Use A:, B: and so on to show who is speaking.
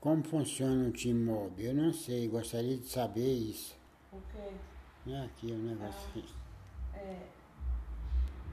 A: Como funciona um time mob? Eu não sei, gostaria de saber isso.
B: Porque
A: Não é aqui o negócio.
B: é,